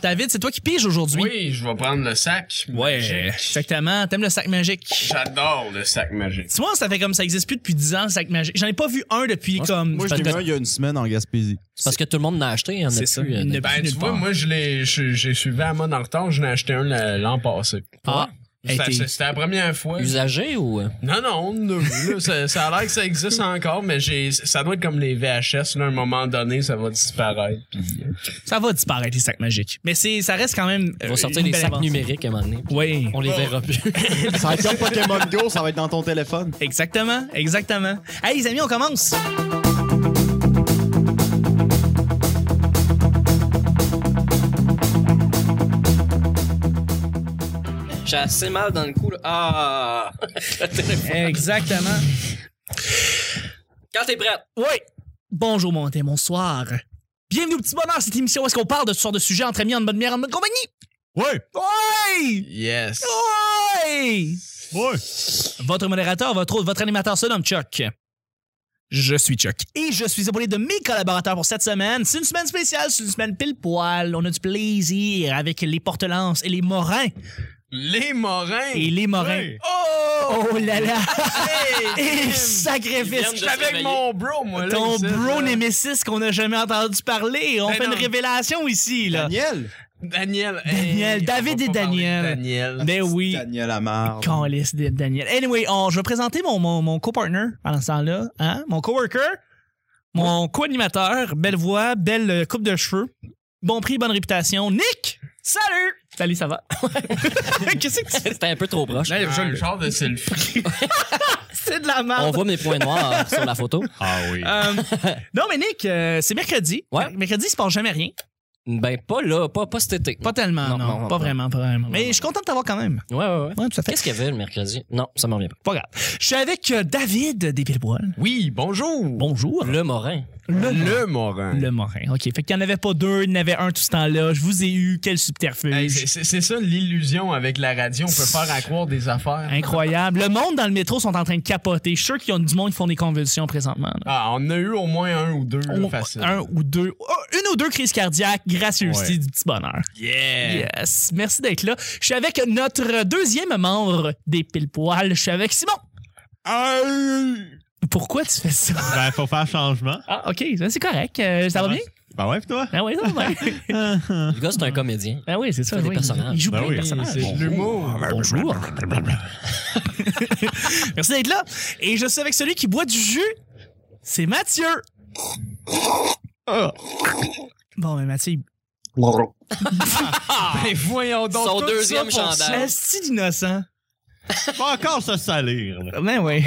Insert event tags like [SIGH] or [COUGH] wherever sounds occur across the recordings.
David, c'est toi qui pige aujourd'hui. Oui, je vais prendre le sac. Ouais, magique. exactement. T'aimes le sac magique. J'adore le sac magique. Tu vois, ça fait comme ça existe plus depuis 10 ans, le sac magique. J'en ai pas vu un depuis Moi, comme. Moi, je parce l'ai que- vu il y a une semaine en Gaspésie. Parce que tout le monde n'a acheté, il y en a C'est plus. ça. euh, Il y en a de- plus. Ben, nulle tu vois, part. moi, je l'ai, je- j'ai suivi à mode en retard, j'en ai acheté un euh, l'an passé. Ah, Ouais. Ça- hey, t'es- ça- C'était la première fois. Usagé ou... euh, Non, non, non, là, ça, ça a l'air que ça existe encore, mais j'ai, ça doit être comme les VHS, là, à un moment donné, ça va disparaître. Puis, euh, Ça va disparaître, les sacs magiques. Mais c'est, ça reste quand même. Ils euh, vont sortir une des belle sacs avance. numériques à un moment donné. puis Oui. On les verra plus. Ça va être comme Pokémon Go, ça va être dans ton téléphone. Exactement, exactement. Hey, les amis, on commence. J'ai assez mal dans le cou. Là. Ah! Exactement. Quand t'es prête. Oui. Bonjour, mon thé, bonsoir. Bienvenue au petit bonheur, cette émission où est-ce qu'on parle de ce genre de sujet entre amis, en bonne mère, en bonne compagnie. Ouais, Oui! yes. Oui! ouais. Votre modérateur, votre autre, votre animateur se nomme Chuck. Je suis Chuck. Et je suis épaulé de mes collaborateurs pour cette semaine. C'est une semaine spéciale, c'est une semaine pile poil. On a du plaisir avec les portelances et les morins. Les Morins. Et les morins. Ouais. [LAUGHS] Oh! Oh là là! [LAUGHS] Et Ils sacrifice! viennent de J'étais avec réveiller. mon bro, moi, là. Ton ici, bro là. Nemesis qu'on n'a jamais entendu parler. On hein. Ben fait non. une révélation ici, là. Daniel. Daniel. Daniel, on David va pas et parler de Daniel. Daniel. Ben oui. Daniel Amar. Calisse de Daniel. Anyway, on- je vais présenter mon, mon, mon copartner pendant ce temps-là. Hein? Mon coworker, mon co-animateur, belle voix, belle euh, coupe de cheveux, bon prix, bonne réputation. Nick! Salut! Salut, ça va? [LAUGHS] Qu'est-ce que tu fais? C'était un peu trop proche. Là, il y a un genre de selfie. C'est de la On merde. voit mes points noirs [LAUGHS] sur la photo. Ah oui. Euh, non, mais Nick, euh, c'est mercredi. Ouais. Mercredi, il se passe jamais rien. Ben, pas là, pas, pas cet été. Pas tellement, non. Non, non, non, pas non. vraiment, pas vraiment. Mais non. je suis content de t'avoir quand même. Ouais, ouais, ouais. Ouais, tout à fait. Qu'est-ce qu'il y avait le mercredi? Non, ça m'en revient pas. Pas grave. Je suis avec euh, David des Pillebois. Oui, bonjour. Bonjour. Le Morin. Le, Morin. Le Morin. OK. Fait qu'il n'y en avait pas deux, il y en avait un tout ce temps-là. Je vous ai eu. Quel subterfuge. Hey, c'est- c'est c'est ça l'illusion avec la radio, on peut faire à croire des affaires. [LAUGHS] Incroyable. Le monde dans le métro sont en train de capoter. Je suis sûr qu'il y a du monde qui font des convulsions présentement. là. Ah, on a eu au moins un ou deux, là, On- facile. un ou deux. oh, une ou deux crises cardiaques, grâce au style du petit bonheur. Yeah! Yes. Merci d'être là. Je suis avec notre deuxième membre des pile poils. Je suis avec Simon. Pourquoi tu fais ça? Ben, faut faire changement. [LAUGHS] Ah, OK. Ben, C'est correct. Euh, ça va bien? Ben ouais, pis toi? Ben oui, ça va bien. [LAUGHS] Le gars, c'est un comédien. Ben oui, c'est ça. Fais des oui. personnages. Il joue Ben plein oui, de personnages. Ah, C'est de Ah, l'humour. Bonjour. [LAUGHS] Merci d'être là. Et je suis avec celui qui boit du jus. C'est Mathieu. Ah. Bon, mais Mathieu, il- [LAUGHS] Ben voyons donc. Son tout deuxième ça pour- chandail. c'est un style innocent. Pas encore se salir, là. Ben oui.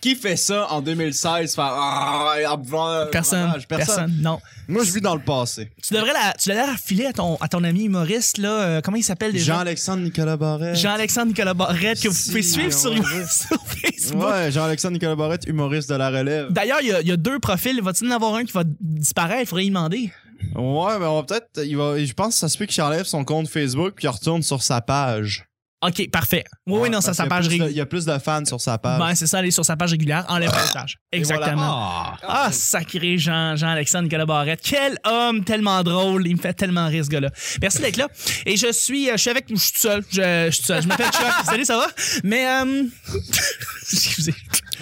Qui fait ça en 2016 faire Ah, ah, ah, Personne, ah, personne. Non. Moi, je vis dans le passé. Tu devrais la, tu devrais la refiler à ton, à ton ami humoriste, là. euh, comment il s'appelle déjà? Jean-Alexandre Nicolas Barret. Jean-Alexandre Nicolas Barrette, que vous Si, pouvez suivre ouais, sur, ouais. [LAUGHS] sur Facebook. Ouais, Jean-Alexandre Nicolas Barret, humoriste de la relève. D'ailleurs, il y, a- il y a deux profils. Va-t-il en avoir un qui va disparaître? Il faudrait y demander. Ouais, mais on va peut-être. Il va, je pense que ça se peut qu'il enlève son compte Facebook puis il retourne sur sa page. OK, parfait. Oui, oui, non, ça, Ah, parce sa page qu'il y a plus de- régulière. Il y a plus de fans sur sa page. Ben, c'est ça, aller sur sa page régulière, enlève Ah! la page. Exactement. Ah! Ah, sacré Jean, Jean-Alexandre Nicolas Barrette. Quel homme tellement drôle. Il me fait tellement rire, ce gars-là. Merci d'être là. Et je suis, euh, je suis avec, je suis tout seul. Je, je suis tout seul. Je m'appelle [LAUGHS] Chuck. Salut, ça va? Mais, euh, [LAUGHS] excusez.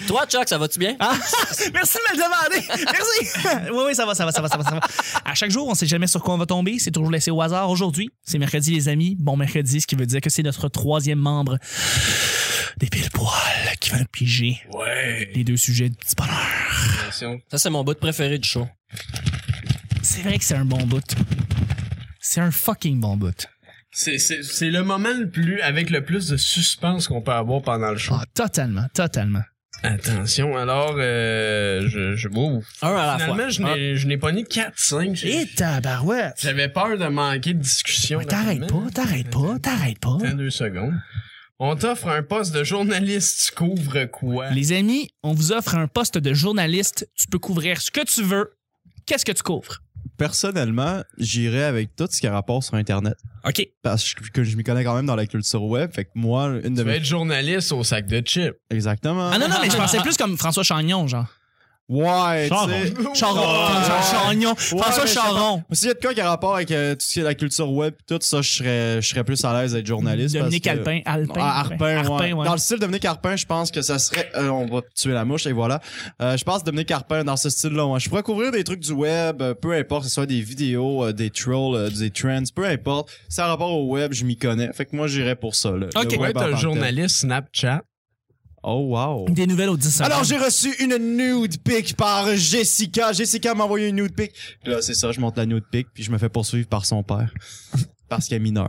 Toi, Chuck, ça va-tu bien? Ah, merci de me le demander. Merci. [LAUGHS] Oui, oui, ça va, ça va, ça va, ça va, ça va. À chaque jour, on sait jamais sur quoi on va tomber. C'est toujours laissé au hasard. Aujourd'hui, c'est mercredi, les amis. Bon mercredi, ce qui veut dire que c'est notre troisième membre des pile poils qui va nous piger ah. Ouais. les deux sujets de petit bonheur. Attention. Ça, c'est mon bout préféré du show. C'est vrai que c'est un bon bout. C'est un fucking bon bout. C'est c'est- c'est le moment le plus, avec le plus de suspense qu'on peut avoir pendant le show. Ah, totalement, totalement. Attention, alors, euh, je, je, oh, Un à la fois. finalement, je n'ai- je n'ai pas ni 4, 5. Et tabarouette! J'avais peur de manquer de discussion. Ouais, T'arrêtes rapidement. pas, t'arrêtes pas, t'arrêtes pas. Attends deux secondes. On t'offre un poste de journaliste, tu couvres quoi? Les amis, on vous offre un poste de journaliste. Tu peux couvrir ce que tu veux. Qu'est-ce que tu couvres? Personnellement, j'irais avec tout ce qui a rapport sur Internet. OK. Parce que je- que je m'y connais quand même dans la culture web. Fait que moi, une de Tu vas mes. être journaliste au sac de chips. Exactement. Ah non, non, mais je pensais plus comme François Chagnon, genre. Ouais, tu Charon. sais. Charon. François Chagnon. François mais je sais Charon. S'il y a de quoi qui a rapport avec euh, tout ce qui est la culture web pis tout ça, je serais, je serais plus à l'aise d'être journaliste. Dominique parce que- Alpin. Alpin. Ah, Arpin, ouais. Arpin, ouais. Dans le style Dominique Arpin, je pense que ça serait... euh, on va tuer la mouche, et voilà. Euh, je pense Dominique Arpin dans ce style-là. ouais. Je pourrais couvrir des trucs du web, euh, peu importe, que ce soit des vidéos, euh, des trolls, euh, des trends, peu importe. Ça a rapport au web, je m'y connais. Fait que moi, j'irais pour ça. Là, Ok. Le Ouais, bah, web en t'as tant le que tel. journaliste Snapchat. Oh, wow. Des nouvelles aux 10 secondes. Alors, j'ai reçu une nude pic par Jessica. Jessica m'a envoyé une nude pic. Puis là, c'est ça, je monte la nude pic, puis je me fais poursuivre par son père. [LAUGHS] Parce qu'il est mineur.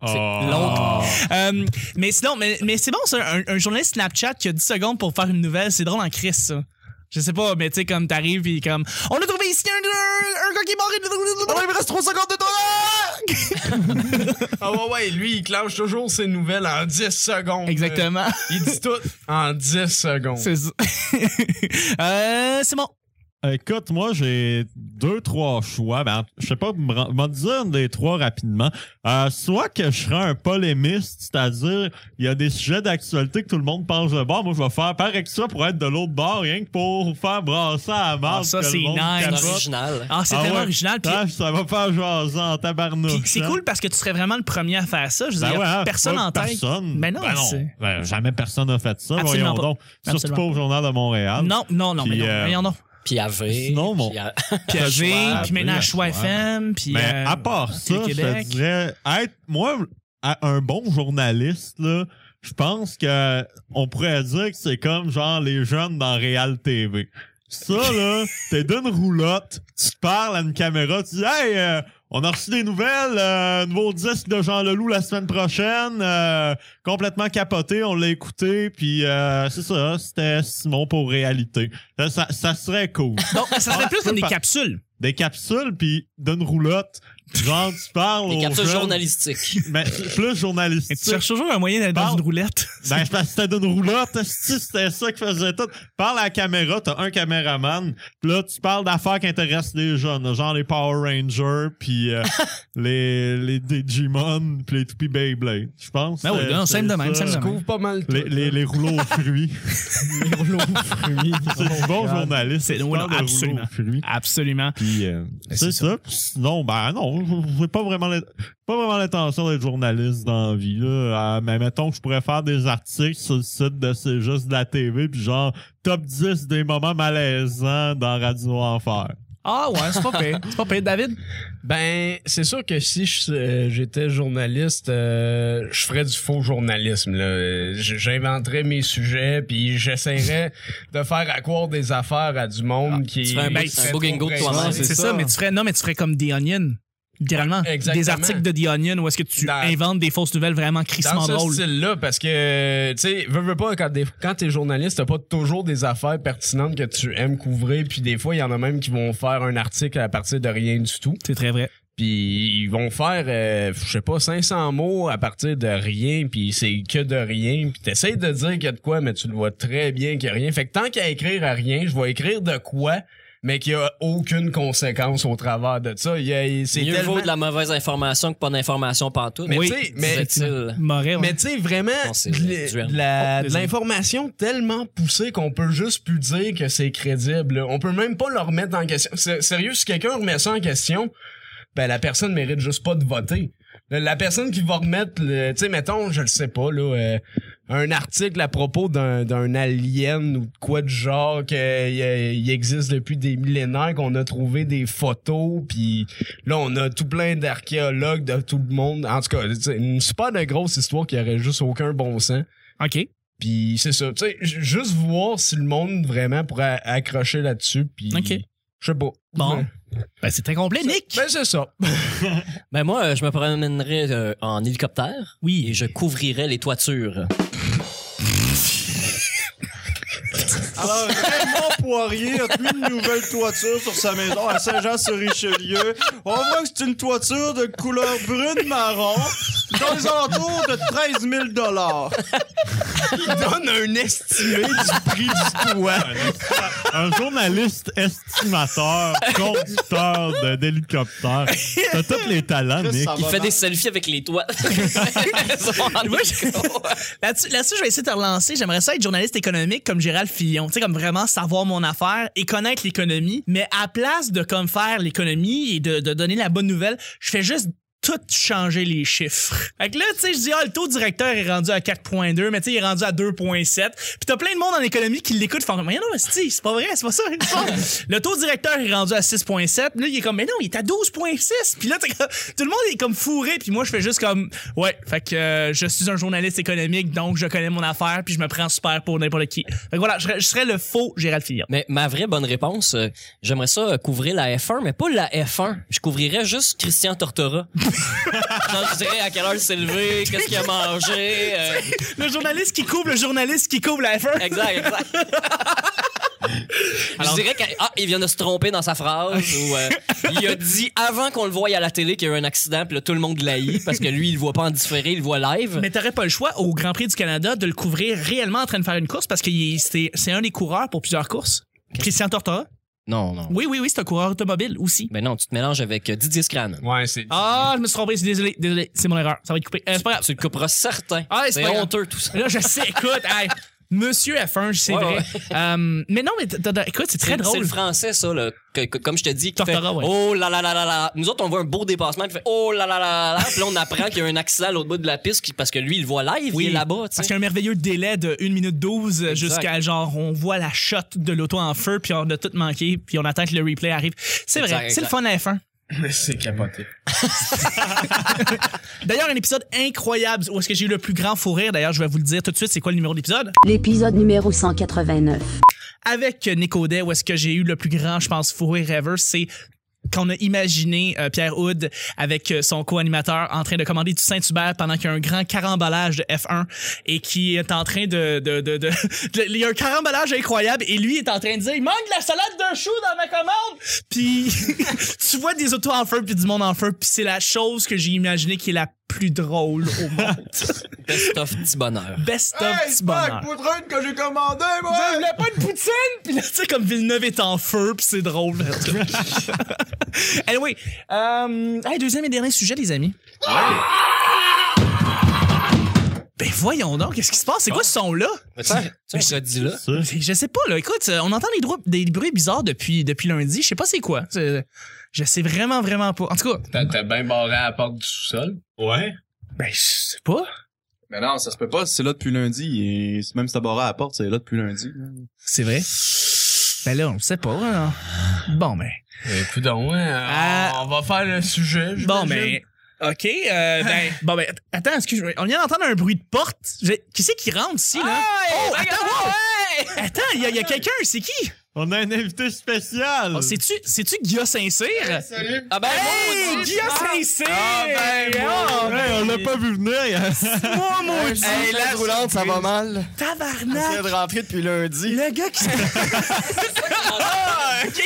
l'autre. Euh, mais sinon, mais, mais c'est bon, ça. Un, un journaliste Snapchat qui a 10 secondes pour faire une nouvelle, c'est drôle en crise, ça. Je sais pas, mais tu sais, comme t'arrives pis comme, on a trouvé ici un, un, un gars qui est mort. Oh, il me reste 3 secondes de dollars! [LAUGHS] Ah ouais, ouais, lui, il clenche toujours ses nouvelles en 10 secondes. Exactement. Il dit tout en 10 [LAUGHS] secondes. C'est ça. euh, c'est bon. Écoute, moi, j'ai deux, trois choix. Ben, je sais pas, me ren- m'en dire un des trois rapidement. Euh, soit que je serais un polémiste, c'est-à-dire, il y a des sujets d'actualité que tout le monde pense de bord. Moi, je vais faire par extra pour être de l'autre bord, rien que pour faire brasser à la marde. Ah, ça, que le c'est monde nice. capote. original. Ah, c'est Ah tellement ouais. original. Pis, Ah, ça va faire jaser en pis tabarnouche. c'est hein. cool parce que tu serais vraiment le premier à faire ça. Je veux Ben dire, ouais, hein, personne pas en tête. Personne. Ben non, Ben c'est- Ben, jamais personne n'a fait ça. Absolument Voyons pas. donc. Surtout Absolument pas au Journal de Montréal. Non, non, non, mais Puis, non. euh, voyons donc. Puis à V. Sinon, mon- puis à- Puis à Ving, Choix, puis maintenant à oui, Choix à Choix. FM, puis Mais euh, à part ça, je te Télé-Québec. dirais, être, moi, à- un bon journaliste, là, je pense que on pourrait dire que c'est comme genre les jeunes dans Real TV. [LAUGHS] Ça, là, t'es d'une roulotte, tu te parles à une caméra, tu dis Hey, euh, on a reçu des nouvelles, euh, nouveau disque de Jean Leloup la semaine prochaine, euh, complètement capoté, on l'a écouté, puis euh, c'est ça, c'était Simon pour réalité. Ça, ça, ça serait cool. Donc, ça serait plus je peux comme des pas- capsules. Des capsules, puis d'une roulotte, genre tu parles Des aux capsules jeunes. journalistiques. Mais plus Et tu journalistique. cherches toujours un moyen d'être dans Parle. une roulette. Ben, c'est parce que c'était d'une roulotte, esti, c'était ça qui faisait tout. Parle à la caméra, t'as un caméraman, pis là, tu parles d'affaires qui intéressent les jeunes, genre les Power Rangers, puis [LAUGHS] euh, les, les Digimon, puis les Toupie Beyblade, je pense. Ben oui, c'est- non, simple c'est de même, ça. simple de Je couvre pas mal tout. Les, les, les rouleaux aux [LAUGHS] fruits. les rouleaux aux fruits. [LAUGHS] C'est du bon journaliste. Oh C'est- tu oui, parles non, de absolument. rouleaux aux fruits. Absolument. Puis, euh, c'est ça. Puis Sinon, ben non, j- j'ai pas vraiment l'in- pas vraiment l'intention d'être journaliste dans la vie. Là. Euh, mais mettons que je pourrais faire des articles sur le site de C'est juste de la TV, puis genre top 10 des moments malaisants dans Radio Enfer. Ah ouais, c'est pas pire. C'est pas pire. David? Ben, c'est sûr que si je- euh, j'étais journaliste, euh, je ferais du faux journalisme. là. Euh, j- J'inventerais mes sujets, puis j'essaierais de faire accroire des affaires à du monde qui... tu fais un qui ben, serait tu fais trop bingo de pressé. toi-même. C'est c'est ça. ça. mais tu ferais, non, mais tu ferais comme The Onion. Littéralement. Exactement. Des articles de The Onion où est-ce que tu Dans- inventes des fausses nouvelles vraiment Dans crissement ce drôles. style-là, parce que, tu sais, veux, veux pas, quand, des- quand t'es journaliste, t'as pas toujours des affaires pertinentes que tu aimes couvrir, puis des fois, il y en a même qui vont faire un article à partir de rien du tout. C'est très vrai. Puis ils vont faire, euh, je sais pas, 500 mots à partir de rien, puis c'est que de rien. Puis t'essayes de dire qu'il y a de quoi, mais tu le vois très bien qu'il y a rien. Fait que tant qu'à écrire à rien, je vais écrire de quoi, mais qu'il y a aucune conséquence au travers de ça. Il y a- c'est Mieux tellement... vaut de la mauvaise information que pas d'information pantoute. Mais oui, tu sais, mais- disait-il. Moret, ouais. Mais tu sais, vraiment, Non, c'est de le l- duel. de la- Oh, de désolé. l'information tellement poussée qu'on peut juste plus dire que c'est crédible. là. On peut même pas le remettre en question. S- Sérieux, si quelqu'un remet ça en question, ben la personne mérite juste pas de voter. La- La personne qui va remettre, le- tu sais, mettons, je le sais pas, là, euh, un article à propos d'un d'un alien ou de quoi de genre qu'il existe depuis des millénaires, qu'on a trouvé des photos, puis là, on a tout plein d'archéologues de tout le monde. En tout cas, tu sais, une super de grosse histoire qui aurait juste aucun bon sens. hein. OK. Puis c'est ça, tu sais, ju- juste voir si le monde vraiment pourrait accrocher là-dessus, puis... Ok. Je sais pas. Bon. Ouais. Ben, c'est très complet. Nick! Ben, [LAUGHS] c'est ça. Ben moi, euh, je me promènerais euh, en hélicoptère. Oui. Et je couvrirais les toitures. Alors, Raymond Poirier a mis une nouvelle toiture sur sa maison Oh, à Saint-Jean-sur-Richelieu. On voit que c'est une toiture de couleur brune-marron dans les alentours de 13 000 dollars. Donne un estimé du prix du toit. Un journaliste estimateur, conducteur de- d'hélicoptère. T'as tous les talents, Nick. bah, Il fait des selfies avec les [LAUGHS] [LAUGHS] toits. Moi, Là-dessus, là-dessus, je vais essayer de te relancer. J'aimerais ça être journaliste économique comme Gérald Fillon. Tu sais, comme vraiment savoir mon affaire et connaître l'économie. Mais à place de comme faire l'économie et de, de donner la bonne nouvelle, je fais juste tout changer les chiffres. Fait que là, tu sais, je dis, ah, le taux directeur est rendu à 4.2, mais tu sais, il est rendu à 2.7. Puis t'as plein de monde en économie qui l'écoute, font, mais non, mais c'est c'est pas vrai, c'est pas ça. c'est pas- [LAUGHS] le taux directeur est rendu à 6.7. Puis Là, il est comme, mais non, il est à 12.6. Puis là, t'es comme- tout le monde est comme fourré. Puis moi, je fais juste comme, ouais, fait que euh, je suis un journaliste économique, donc je connais mon affaire, puis je me prends super pour n'importe qui. Fait que voilà, je serais, je serais le faux Gérald Fillon. Mais ma vraie bonne réponse, euh, j'aimerais ça euh, couvrir la F1, mais pas la F1. Je couvrirais juste Christian [LAUGHS] Tortora. Genre, je dirais à quelle heure il s'est levé, qu'est-ce qu'il a mangé. euh, Le journaliste qui couvre le journaliste qui couvre la F1. exact, exact. [LAUGHS] Je dirais qu'il ah, il vient de se tromper dans [LAUGHS] sa phrase ou euh, il a dit avant qu'on le voie à la télé qu'il y a eu un accident puis là tout le monde l'a parce que lui il le voit pas en différé, il le voit live. Mais t'aurais pas le choix au Grand Prix du Canada de le couvrir réellement en train de faire une course parce que il est- c'est c'est un des coureurs pour plusieurs courses. Christian Tortora. Non, non. Oui, oui, oui, c'est un coureur automobile aussi. Ben non, tu te mélanges avec euh, Didier Scran. Ouais, c'est. Ah, je me suis trompé, je suis désolé, désolé, c'est mon erreur. Ça va être coupé. Euh, c'est pas grave. Tu le couperas certain. Ah, c'est c'est pas grave. honteux tout ça. Là, je sais, écoute, hey, monsieur F1, c'est Ouais, vrai. ouais. Euh, mais non, mais t'as- t'as- écoute, c'est très C'est- C'est drôle. le français, ça, là. Que- que- comme je te dis, qui fait, Tortora, ouais. oh là là là là là. Nous autres, on voit un beau dépassement, puis fait oh là là là là. Puis là, on apprend qu'il y a un accident à l'autre bout de la piste qui- parce que lui, il le voit live, il est là-bas, tu Parce sais. qu'il y a un merveilleux délai de 1 minute 12 jusqu'à genre, on voit la shot de l'auto en feu, puis on a tout manqué, puis on attend que le replay arrive. C'est Exact, vrai, c'est le exact. fun à F1. C'est capoté. [LAUGHS] D'ailleurs, un épisode incroyable où est-ce que j'ai eu le plus grand fou rire. D'ailleurs, je vais vous le dire tout de suite, c'est quoi le numéro d'épisode? L'épisode numéro 189. Avec Nico Day, où est-ce que j'ai eu le plus grand, je pense, fou rire ever, c'est qu'on a imaginé euh, Pierre Houd avec euh, son co-animateur en train de commander du Saint-Hubert pendant qu'il y a un grand carambolage de F1 et qui est en train de... de, de, [LAUGHS] de- il y a un carambolage incroyable et lui est en train de dire « Il manque de la salade d'un chou dans ma commande! » Puis [LAUGHS] tu vois des autos en feu puis du monde en feu puis c'est la chose que j'ai imaginé qui est la plus drôle au monde. Best of petit bonheur. Best of petit bonheur. poutrine que j'ai commandé, moi! Je voulais pas de poutine! Puis là, tu sais, comme Villeneuve est en feu, puis c'est drôle. [LAUGHS] anyway, euh, hey, deuxième et dernier sujet, les amis. Ben voyons donc, qu'est-ce qui se passe? C'est quoi ce son-là? Mais tu sais, tu sais, on te dit là. Ça, Je sais pas, là. Écoute, euh, on entend des, drou- des bruits bizarres depuis, depuis lundi. Je sais pas c'est quoi. C'est- Je sais vraiment, vraiment pas. En tout cas, T'as t'as bien barré à la porte du sous-sol. Ouais. ben je sais pas. Mais non, ça se peut pas, c'est là depuis lundi, et c'est même si t'as barré à la porte, c'est là depuis lundi. C'est vrai. Ben là, on sait pas. hein. Bon, ben... Écoute donc, hein, Ah. on va faire le sujet. Bon, j'imagine. mais. OK. [LAUGHS] euh, ben, bon, ben, att- attends, excuse-moi. On vient d'entendre un bruit de porte. J'ai- Qui c'est qui rentre ici, là? Ah, oh, attends, wow! Attends, il y a, il y a quelqu'un, c'est qui? On a un invité spécial. Oh, c'est-tu, c'est-tu Guillaume Saint-Cyr? Ah ben, Hey, maudit! Guillaume Saint-Cyr! ben, Ouais, on l'a pas vu venir. Oh, mon Dieu! la roulante, ça va mal. Tabarnak! de rentrer depuis lundi. Le gars qui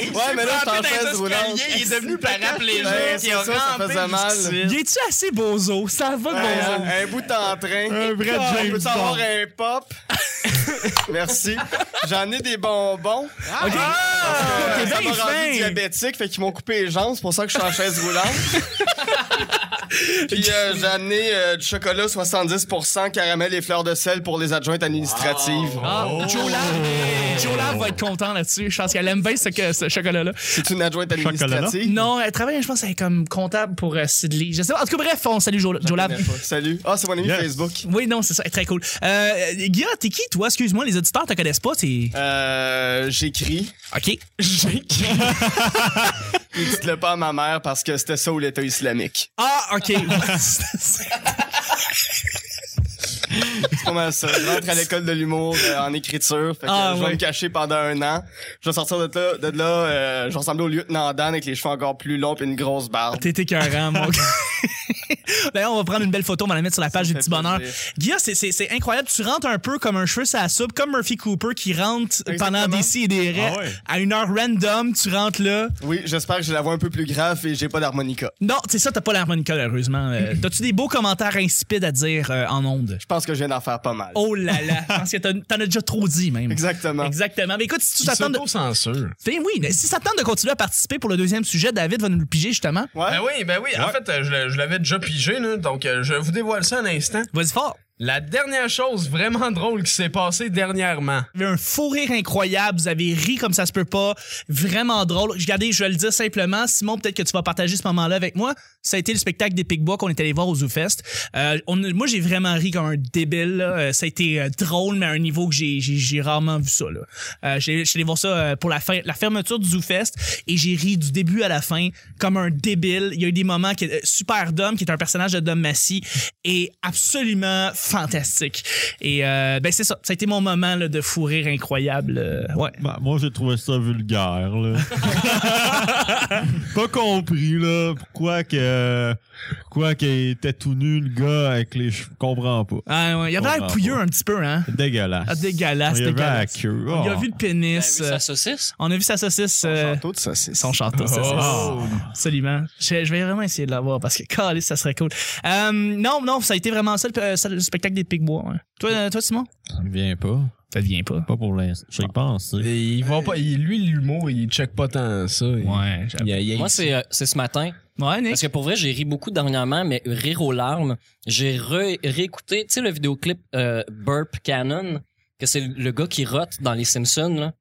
Ouais, mais là, je suis en chaise roulante. Il est devenu paraplégique. Ouais, c'est il a ça, ça rampé faisait mal. jusqu'ici. Il est-tu assez bozo? Ça va de Ouais, bozo? un, un bout en train. Un vrai James On peut Bond. avoir un pop. [LAUGHS] Merci. J'en ai des bonbons. OK. Euh, T'es ça bien m'a Ah, rendu ben fin. diabétique, fait qu'ils m'ont coupé les jambes, c'est pour ça que je suis en chaise roulante. Puis euh, j'ai amené euh, du chocolat 70%, caramel et fleurs de sel pour les adjointes administratives. Ah, Joe Lab- Joe Lab va être content là-dessus. Je pense qu'elle aime bien ce, que- ce chocolat-là. C'est une adjointe administrative. Non, elle travaille, je pense, elle est comme comptable pour euh, Sidley. Je sais pas. En tout cas, bref, on salue Jo Jo Lab. Salut. Ah, c'est mon ami Yes. Facebook. Oui, non, c'est ça. Très cool. Euh, Guilla, t'es qui, toi? Excuse-moi, les auditeurs te connaissent pas. T'es... Euh, j'écris. OK. Et dites-le pas à ma mère parce que c'était ça ou l'État islamique. Ah, [LAUGHS] OK. C'est pas mal ça. Je rentre à l'école de l'humour euh, en écriture. Fait que Ah, je vais ouais. me cacher pendant un an. Je vais sortir de là, de là euh, je vais ressembler au lieutenant Dan avec les cheveux encore plus longs et une grosse barbe. T'es écœurant, mon gars. D'ailleurs, on va prendre une belle photo, on va la mettre sur la page du fait petit bonheur. plaisir. Guilla, c'est- c'est c'est incroyable. Tu rentres un peu comme un cheveu sur la soupe, comme Murphy Cooper qui rentre pendant des si et des raies. Ah ouais. À une heure random, tu rentres là. Oui, j'espère que j'ai la voix un peu plus grave et j'ai pas d'harmonica. Non, c'est ça, t'as pas l'harmonica, heureusement. [LAUGHS] Euh, T'as-tu des beaux commentaires insipides à dire euh, en ondes? Je pense que je viens d'en faire pas mal. Oh là là, je pense que t'en t'en as déjà trop dit, même. Exactement. Exactement. Mais écoute, si tu Tu t'attends de... censure. Ben oui, mais si ça te tente de continuer à participer pour le deuxième sujet, David va nous le piger, justement. Ouais. Ben oui, ben oui. En fait, euh, je l'a- je l'avais déjà pigé, là, donc euh, je vous dévoile ça un instant. Vas-y fort. La dernière chose vraiment drôle qui s'est passée dernièrement. Vous avez un fou rire incroyable, vous avez ri comme ça se peut pas, vraiment drôle. Regardez, je vais le dire simplement, Simon, peut-être que tu vas partager ce moment-là avec moi. Ça a été le spectacle des Pigbois qu'on est allé voir au ZooFest. Euh, on a- moi, j'ai vraiment ri comme un débile. là. Euh, Ça a été euh, drôle, mais à un niveau que j'ai- j'ai j'ai rarement vu ça. Là. Euh, j'ai- je suis allé voir ça euh, pour la, fer- la fermeture du ZooFest et j'ai ri du début à la fin comme un débile. Il y a eu des moments qui euh, Super Dom, qui est un personnage de Dom Massy, est absolument fantastique. Et euh, ben c'est ça, ça a été mon moment là, de fou rire incroyable. euh, ouais. Bah, moi, j'ai trouvé ça vulgaire, [LAUGHS] là. pas compris, là. Pourquoi que. Pourquoi qu'il était tout nu, le gars, avec les cheveux. comprends pas. Ah, ouais, Il avait l'air Comprends pouilleux un petit peu, hein? Dégueulasse. Ah, dégueulasse, Il y avait la dégueulasse. queue. On lui a Oh. vu le T'as vu pénis. euh, sa saucisse? on a vu sa saucisse. euh, Château de saucisse. son château de saucisse. Absolument. Je, je vais vraiment essayer de l'avoir parce que, calé, ça serait cool. Euh, non, non, ça a été vraiment ça le, euh, ça, le spectacle des Pigbois. ouais. Toi, euh, toi, Simon? Ça me vient pas. Ça devient pas. Pas pour l'instant. J'ai pensé. Et il va pas, il- lui, l'humour, il check pas tant ça. Il- Ouais, il y a- il y a- Moi, c'est euh, c'est ce matin. Ouais, Nick. Parce que pour vrai, j'ai ri beaucoup dernièrement, mais rire aux larmes. J'ai re- réécouté, tu sais, le vidéoclip euh, Burp Cannon, que c'est le- le gars qui rote dans Les Simpsons, là.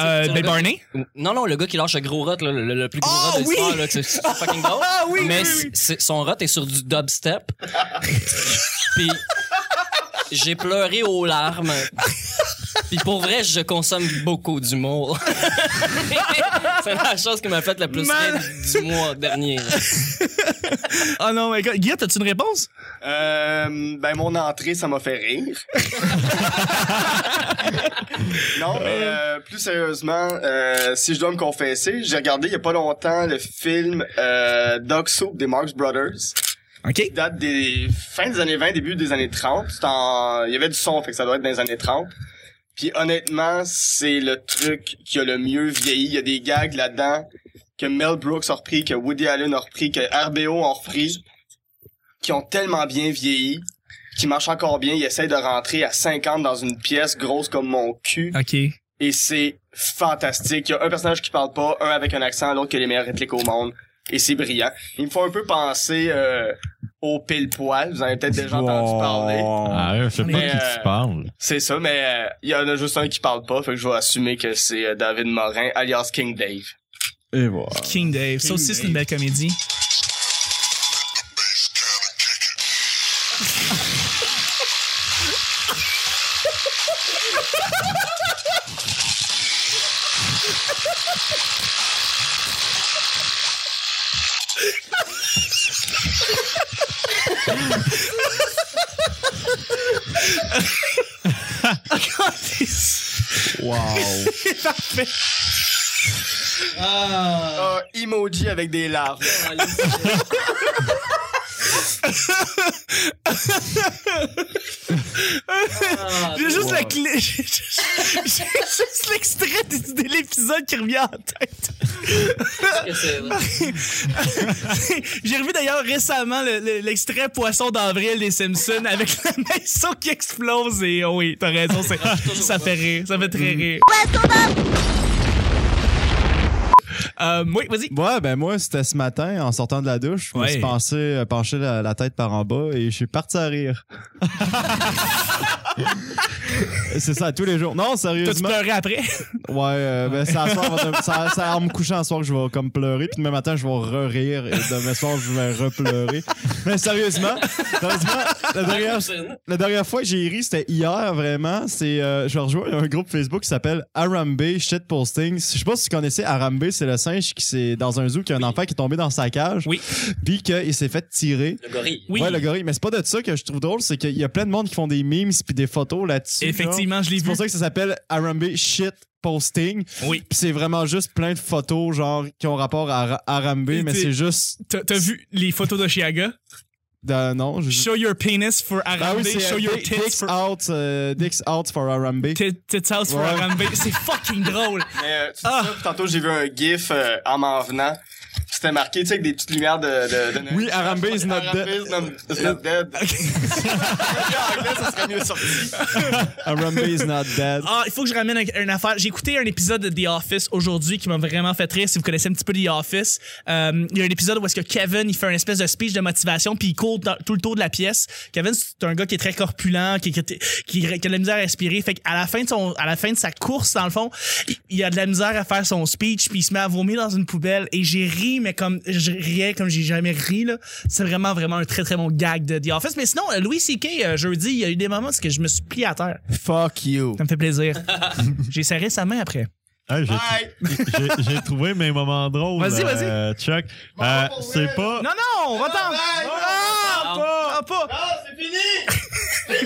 Euh, tu- tu Ben regardes- Barney? Non, non, le gars qui lâche le gros rot, là, le, le- le plus gros Ah, rot de l'histoire, oui! Ah là, que [LAUGHS] c'est c'est fucking drôle. Mais c'est- c'est- son rot est sur du [LAUGHS] dubstep. Puis j'ai pleuré aux larmes. Puis pour vrai, je consomme beaucoup d'humour. [LAUGHS] c'est la chose qui m'a fait le plus Man. rire du [LAUGHS] mois dernier. Oh non, mais gars, Guillaume, as-tu une réponse? Euh, ben, mon entrée, ça m'a fait rire. [LAUGHS] non, mais euh, plus sérieusement, euh, si je dois me confesser, j'ai regardé il y a pas longtemps le film euh, Dog Soup des Marx Brothers. OK. qui date des fins des années 20, début des années 30. C'est en- Il y avait du son, fait que ça doit être dans les années 30. Puis honnêtement, c'est le truc qui a le mieux vieilli. Il y a des gags là-dedans que Mel Brooks a repris, que Woody Allen a repris, que RBO a repris, qui ont tellement bien vieilli, qui marchent encore bien. Ils essayent de rentrer à 50 dans une pièce grosse comme mon cul. OK. Et c'est fantastique. Il y a un personnage qui parle pas, un avec un accent, l'autre qui a les meilleures répliques au monde. Et c'est brillant. Il me faut un peu penser euh, au pile-poil. Vous en avez peut-être déjà entendu parler. Ah, je sais pas Mais, qui euh, tu parles. C'est ça, mais euh, il y en a juste un qui parle pas, fait que je vais assumer que c'est euh, David Morin, alias King Dave. Et voilà. King Dave. Ça aussi, c'est une belle comédie. Un emoji avec des larves. J'ai juste la clé. [LAUGHS] J'ai juste l'extrait de, de l'épisode qui revient en tête. [LAUGHS] J'ai revu d'ailleurs récemment le- le- l'extrait Poisson d'avril des Simpsons avec la [LAUGHS] maison qui explose et oh oui, t'as raison, c'est- ça fait rire, ça fait très rire. Euh, oui, vas-y. Ouais, ben moi, c'était ce matin, en sortant de la douche, je me Ouais. suis pensé, euh, penché la, la tête par en bas et je suis parti à rire. C'est ça, tous les jours. Non, T'as-tu sérieusement. pleuré après? Ouais, euh, ben c'est à soir, on va- c'est à- c'est à me coucher un soir que je vais comme pleurer, puis demain matin, je vais re-rire, et demain soir, je vais re-pleurer. Mais sérieusement, sérieusement, la dernière, la dernière fois que j'ai ri, c'était hier, vraiment. C'est, euh, je rejoins un groupe Facebook qui s'appelle Arambe Shit Postings. Je sais pas si tu connaissais Arambe, c'est le saint singe qui s'est dans un zoo qui a un enfant qui est tombé dans sa cage. Oui. Puis qu'il s'est fait tirer. Le gorille. Oui, Ouais, le gorille. Mais c'est pas de ça que je trouve drôle, c'est qu'il y a plein de monde qui font des memes puis des photos là-dessus. genre. effectivement, je l'ai C'est vu. pour ça que ça s'appelle Arambe Shit Posting. Oui. Puis c'est vraiment juste plein de photos, genre, qui ont rapport à Ara- Arambe, Et mais t'es- c'est juste. T'as t'as vu les photos de Chiaga? de- non, je. Show your penis for Ah Arambe, oui, c'est show euh, your Dick- tits Dick's for... out, euh, Dick's out for Arambe. Tits tits out for Ouais. Arambe. C'est fucking drôle. Mais euh, tu dis Ah. ça, puis tantôt j'ai vu un gif euh, en m'en venant. puis C'était marqué, tu sais, avec des petites lumières de... de, de Oui, Arambe is not Arambe dead. is not- is not [LAUGHS] dead. En anglais, ça serait mieux sorti. Arambe is not dead. Ah, il faut que je ramène un- une affaire. J'ai écouté un épisode de The Office aujourd'hui qui m'a vraiment fait rire. Si vous connaissez un petit peu The Office, Euh, il y a un épisode où est-ce que Kevin il fait un espèce de speech de motivation puis il court dans- tout le tour de la pièce. Kevin c'est un gars qui est très corpulent, qui, qui, qui- qui a de la misère à respirer. Fait qu'à la fin de son, à la fin de sa course dans le fond, il- il a de la misère à faire son speech puis il se met à vomir dans une poubelle. Et j'ai ri mais comme je riais comme j'ai jamais ri là. C'est vraiment vraiment un très très bon gag de The Office. Mais sinon euh, Louis C.K. euh, jeudi il y a eu des moments où est-ce que je me suis plié à terre. Fuck you. Ça me fait [LAUGHS] plaisir. J'ai serré sa main après. Hey, Ah, j'ai- Bye. j'ai j'ai trouvé mes moments drôles. Vas-y, vas-y. euh, Chuck, Euh, c'est pas. Non, non, va t'en! bye! Ah, pas! Ah, pas! Ah, c'est fini!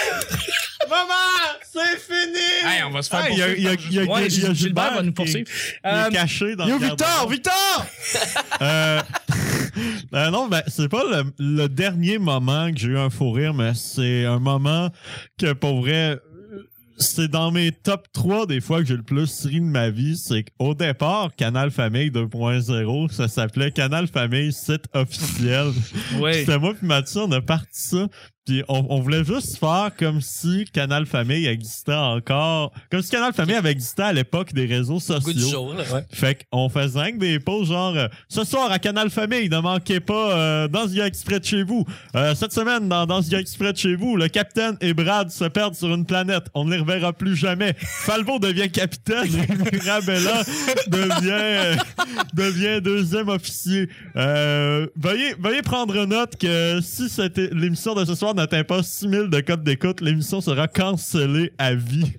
[LAUGHS] Maman, c'est fini! Hey, on va se faire Hey, Il y a- il y a- il y a- Ouais, il y a Gilbert, va nous qui est- poursuivre. Il Euh, est caché dans Yo, le Victor! garde-robe. Victor! Euh, [LAUGHS] euh, non, ben, c'est pas le, le dernier moment que j'ai eu un fou rire, mais c'est un moment que pour vrai, euh, c'est dans mes top 3 des fois que j'ai le plus ri de ma vie. C'est qu'au départ, Canal Famille 2.0, ça s'appelait Canal Famille site officiel. Ouais. C'était moi puis Mathieu, on a parti ça. Puis on, on voulait juste faire comme si Canal Famille existait encore. Comme si Canal Famille avait existé à l'époque des réseaux Goût du sociaux. jour, là. Fait qu'on faisait que des pauses genre euh, ce soir à Canal Famille, ne manquez pas euh, dans ce gars exprès de chez vous. Euh, cette semaine dans dans ce gars exprès de chez vous, le capitaine et Brad se perdent sur une planète. On ne les reverra plus jamais. Falvo devient capitaine et Mirabella devient euh, devient deuxième officier. Euh, veuillez veuillez prendre note que si cette é- l'émission de ce soir n'atteint pas 6000 de codes d'écoute, l'émission sera cancellée à vie.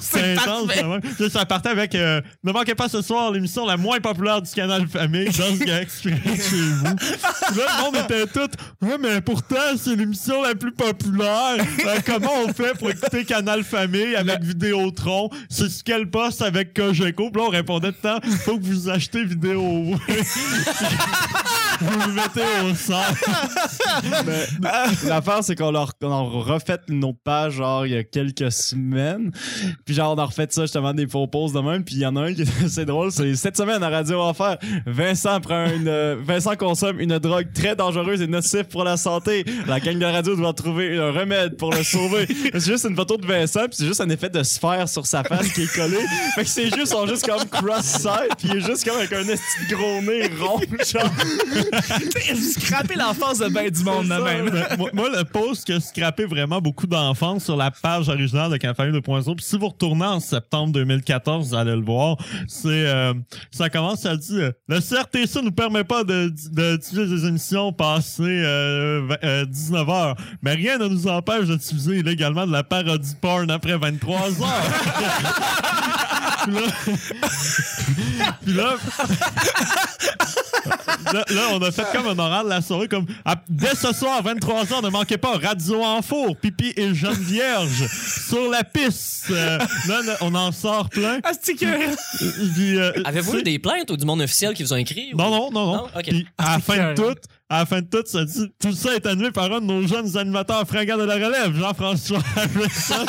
C'est intense, quand même. Là, ça partait avec euh, Ne manquez pas ce soir l'émission la moins populaire du canal Famille dans ce gars exprès chez vous. Puis Là, le monde était tout Ouais, mais pourtant, c'est l'émission la plus populaire. Euh, comment on fait pour écouter Canal Famille avec Vidéotron C'est sur quel poste avec Cogeco Puis là, on répondait tout le temps Faut que vous achetez Vidéo. [LAUGHS] vous le mettez au centre. [LAUGHS] Mais L'affaire, c'est qu'on leur, on leur refait une autre page, genre, il y a quelques semaines. Puis, genre, on a refait ça, justement, des faux pauses de même. Puis, il y en a un qui c'est drôle, c'est cette semaine à Radio Enfer. Vincent prend une, euh, Vincent consomme une drogue très dangereuse et nocive pour la santé. La gang de radio doit trouver un remède pour le sauver. c'est juste une photo de Vincent, puis c'est juste un effet de sphère sur sa face qui est collée. Fait que ses yeux sont juste comme cross-side, puis il est juste comme avec un esti de gros nez rond, genre. [LAUGHS] Vous scrapez l'enfance de ben du monde, de Ça, même. mais moi, moi, le post qui a scrappé vraiment beaucoup d'enfants sur la page originale de Campagne 2.0, puis si vous retournez en septembre 2014, vous allez le voir, c'est euh, ça commence à dire « Le CRTC nous permet pas de, de diffuser des émissions passées euh, v- euh, 19 heures, mais rien ne nous empêche de diffuser illégalement de la parodie porn après 23 heures. » Puis là- Puis là, là, là, on a fait comme un oral de la soirée, comme à- dès ce soir, 23h, ne manquez pas Radio en four, Pipi et Jeune Vierge sur la piste. Euh, là, là, on en sort plein. Ah, c'est que. Puis, euh, Avez-vous c'est- eu des plaintes ou du monde officiel qui vous a écrit? ou- Non, non, non, non. Non? Ok. Puis à la fin de tout, à la fin de tout, ça dit tout ça est annulé par un de nos jeunes animateurs fringants de la relève, Jean-François [LAUGHS] Harrison.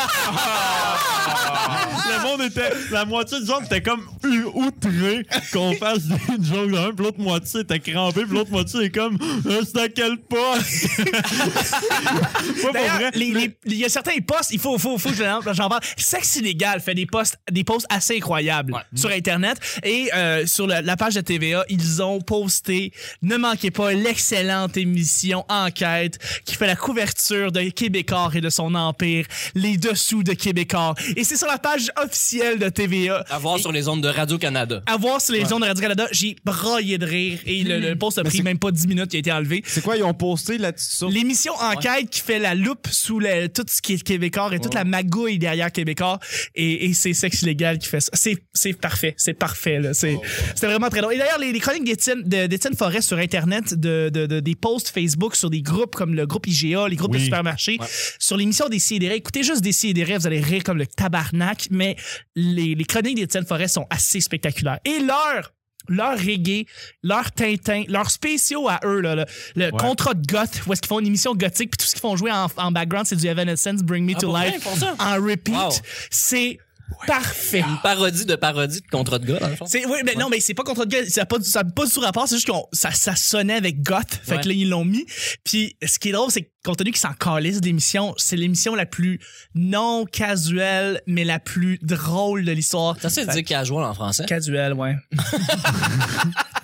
Le monde était. La moitié du monde était comme eu- outré qu'on fasse des jokes de même, puis l'autre moitié était crampée, puis l'autre moitié est comme Euh, c'est à quel poste? [LAUGHS] Moi, pour vrai, D'ailleurs, les- les- il y a certains posts, il faut, faut, faut que je- j'en parle. Sexe illégal fait des posts, des posts assez incroyables sur Internet et euh, sur la, la page de TVA, ils ont posté. Ne manquez pas l'ex- excellente émission Enquête qui fait la couverture de Québécois et de son empire, les dessous de Québécois. Et c'est sur la page officielle de TVA. À voir sur les ondes de Radio-Canada. À voir sur les ondes de Radio-Canada, j'ai braillé de rire et le, Hmm. le post a pris c'est- même pas 10 minutes, il a été enlevé. C'est quoi, ils ont posté là-dessus? ça? L'émission Enquête qui fait la loupe sous le- tout ce qui est québécois et toute la magouille derrière québécois et, et c'est sexe illégal qui fait ça. C'est, c'est parfait, c'est parfait. Là. C'est, C'était vraiment très drôle. Et d'ailleurs, les, les chroniques d'Étienne, de- d'Étienne Forêt sur Internet, de, de- de- des posts Facebook sur des groupes comme le groupe IGA, les groupes de Oui. supermarchés, sur l'émission des Sidérés. Écoutez juste des Sidérés, vous allez rire comme le tabarnak, mais les, les chroniques d'Étienne Forêt sont assez spectaculaires. Et leur leur reggae, leur tintin, leurs spéciaux à eux, là, le, le contrat de goth, où est-ce qu'ils font une émission gothique, puis tout ce qu'ils font jouer en, en background, c'est du Evanescence, Bring Me to Ah, pour vrai, Life, ils font ça? en repeat. Wow. C'est parfait. Une parodie de parodie de contrat de gars, dans le fond. C'est, oui, mais non, mais c'est pas contre Goth. Ça n'a pas, du- ça a pas du tout rapport. C'est juste que ça, ça sonnait avec Goth. Fait Ouais. que là, ils l'ont mis. Puis, ce qui est drôle, c'est que, compte tenu qu'ils s'en calissent de l'émission, c'est l'émission la plus non casuelle, mais la plus drôle de l'histoire. Ça, c'est dire casual en français. Casuel, ouais. [LAUGHS]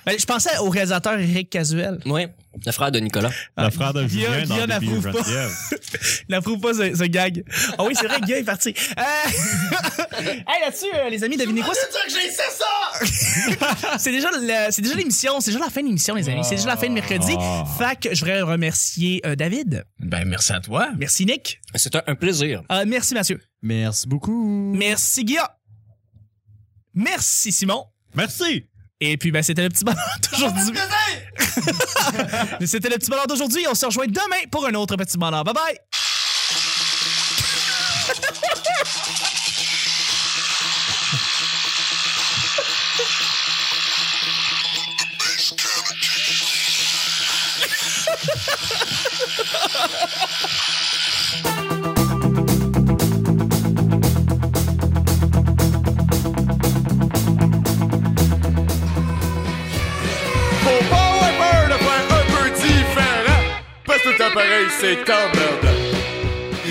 Ben, je pensais au réalisateur Eric Casuel. Oui, le frère de Nicolas. Le frère de Guillaume- Julien dans Guillaume Baby n'approuve pas. Geneviève. Il n'approuve pas ce, ce gag. Ah oui, c'est vrai, Guy est parti. Euh, [LAUGHS] hey, là-dessus, euh, les amis, devinez quoi? C'est que ça! [LAUGHS] c'est déjà le- c'est déjà l'émission, c'est déjà la fin de l'émission, les amis. C'est déjà la fin de mercredi. Fait que je voudrais remercier euh, David. Ah. Ben, merci à toi. Merci, Nick. C'était un plaisir. Euh, merci, Mathieu. Merci beaucoup. Merci, Guillaume. Merci, Simon. Merci! Et puis, ben, c'était le petit bonheur [LAUGHS] d'aujourd'hui. [LAUGHS] c'était le petit bonheur d'aujourd'hui. On se rejoint demain pour un autre petit bonheur. Bye bye! Faut pas avoir peur de faire un peu différent. Parce que tout appareil, c'est emmerdant.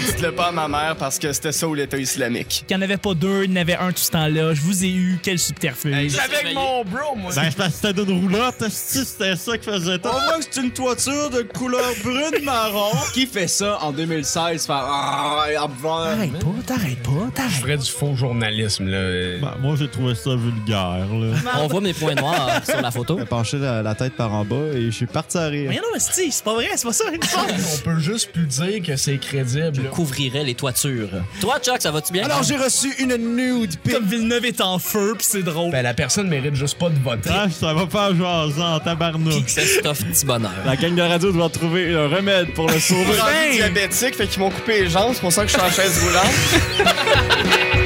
Dites-le pas à ma mère parce que c'était ça ou l'État islamique. qu'il n'y en avait pas deux, il y en avait un tout ce temps-là. Je vous ai eu, quel subterfuge. Avec mon bro, moi. Ben, je pense que c'était d'une roulotte, esti, c'était ça qui faisait On tout. voit que c'est une toiture de couleur brune-marron qui fait ça en 2016. Faire... Ah, ah, ah, T'arrêtes pas, t'arrêtes pas, Je t'arrêtes ferais du faux journalisme, là. Ben, moi, j'ai trouvé ça vulgaire, là. On voit mes points noirs sur la photo. Je me penchais la, la tête par en bas et je suis parti à Mais rire. non, hostie, c'est pas vrai, c'est pas [LAUGHS] ça. une fois. On peut juste plus dire que c'est crédible. Couvrirait les toitures. Toi, Chuck, ça va-tu bien? Alors j'ai reçu une nude pic. Comme Villeneuve est en feu, pis c'est drôle. Ben, la personne mérite juste pas de voter. Ah, ça va faire jasant, tabarnouche. C'est stuff petit bonheur. La gang de radio doit trouver un remède pour le sauver. Ben, Diabétique, fait qu'ils m'ont coupé les jambes, c'est pour ça que je suis en chaise roulante.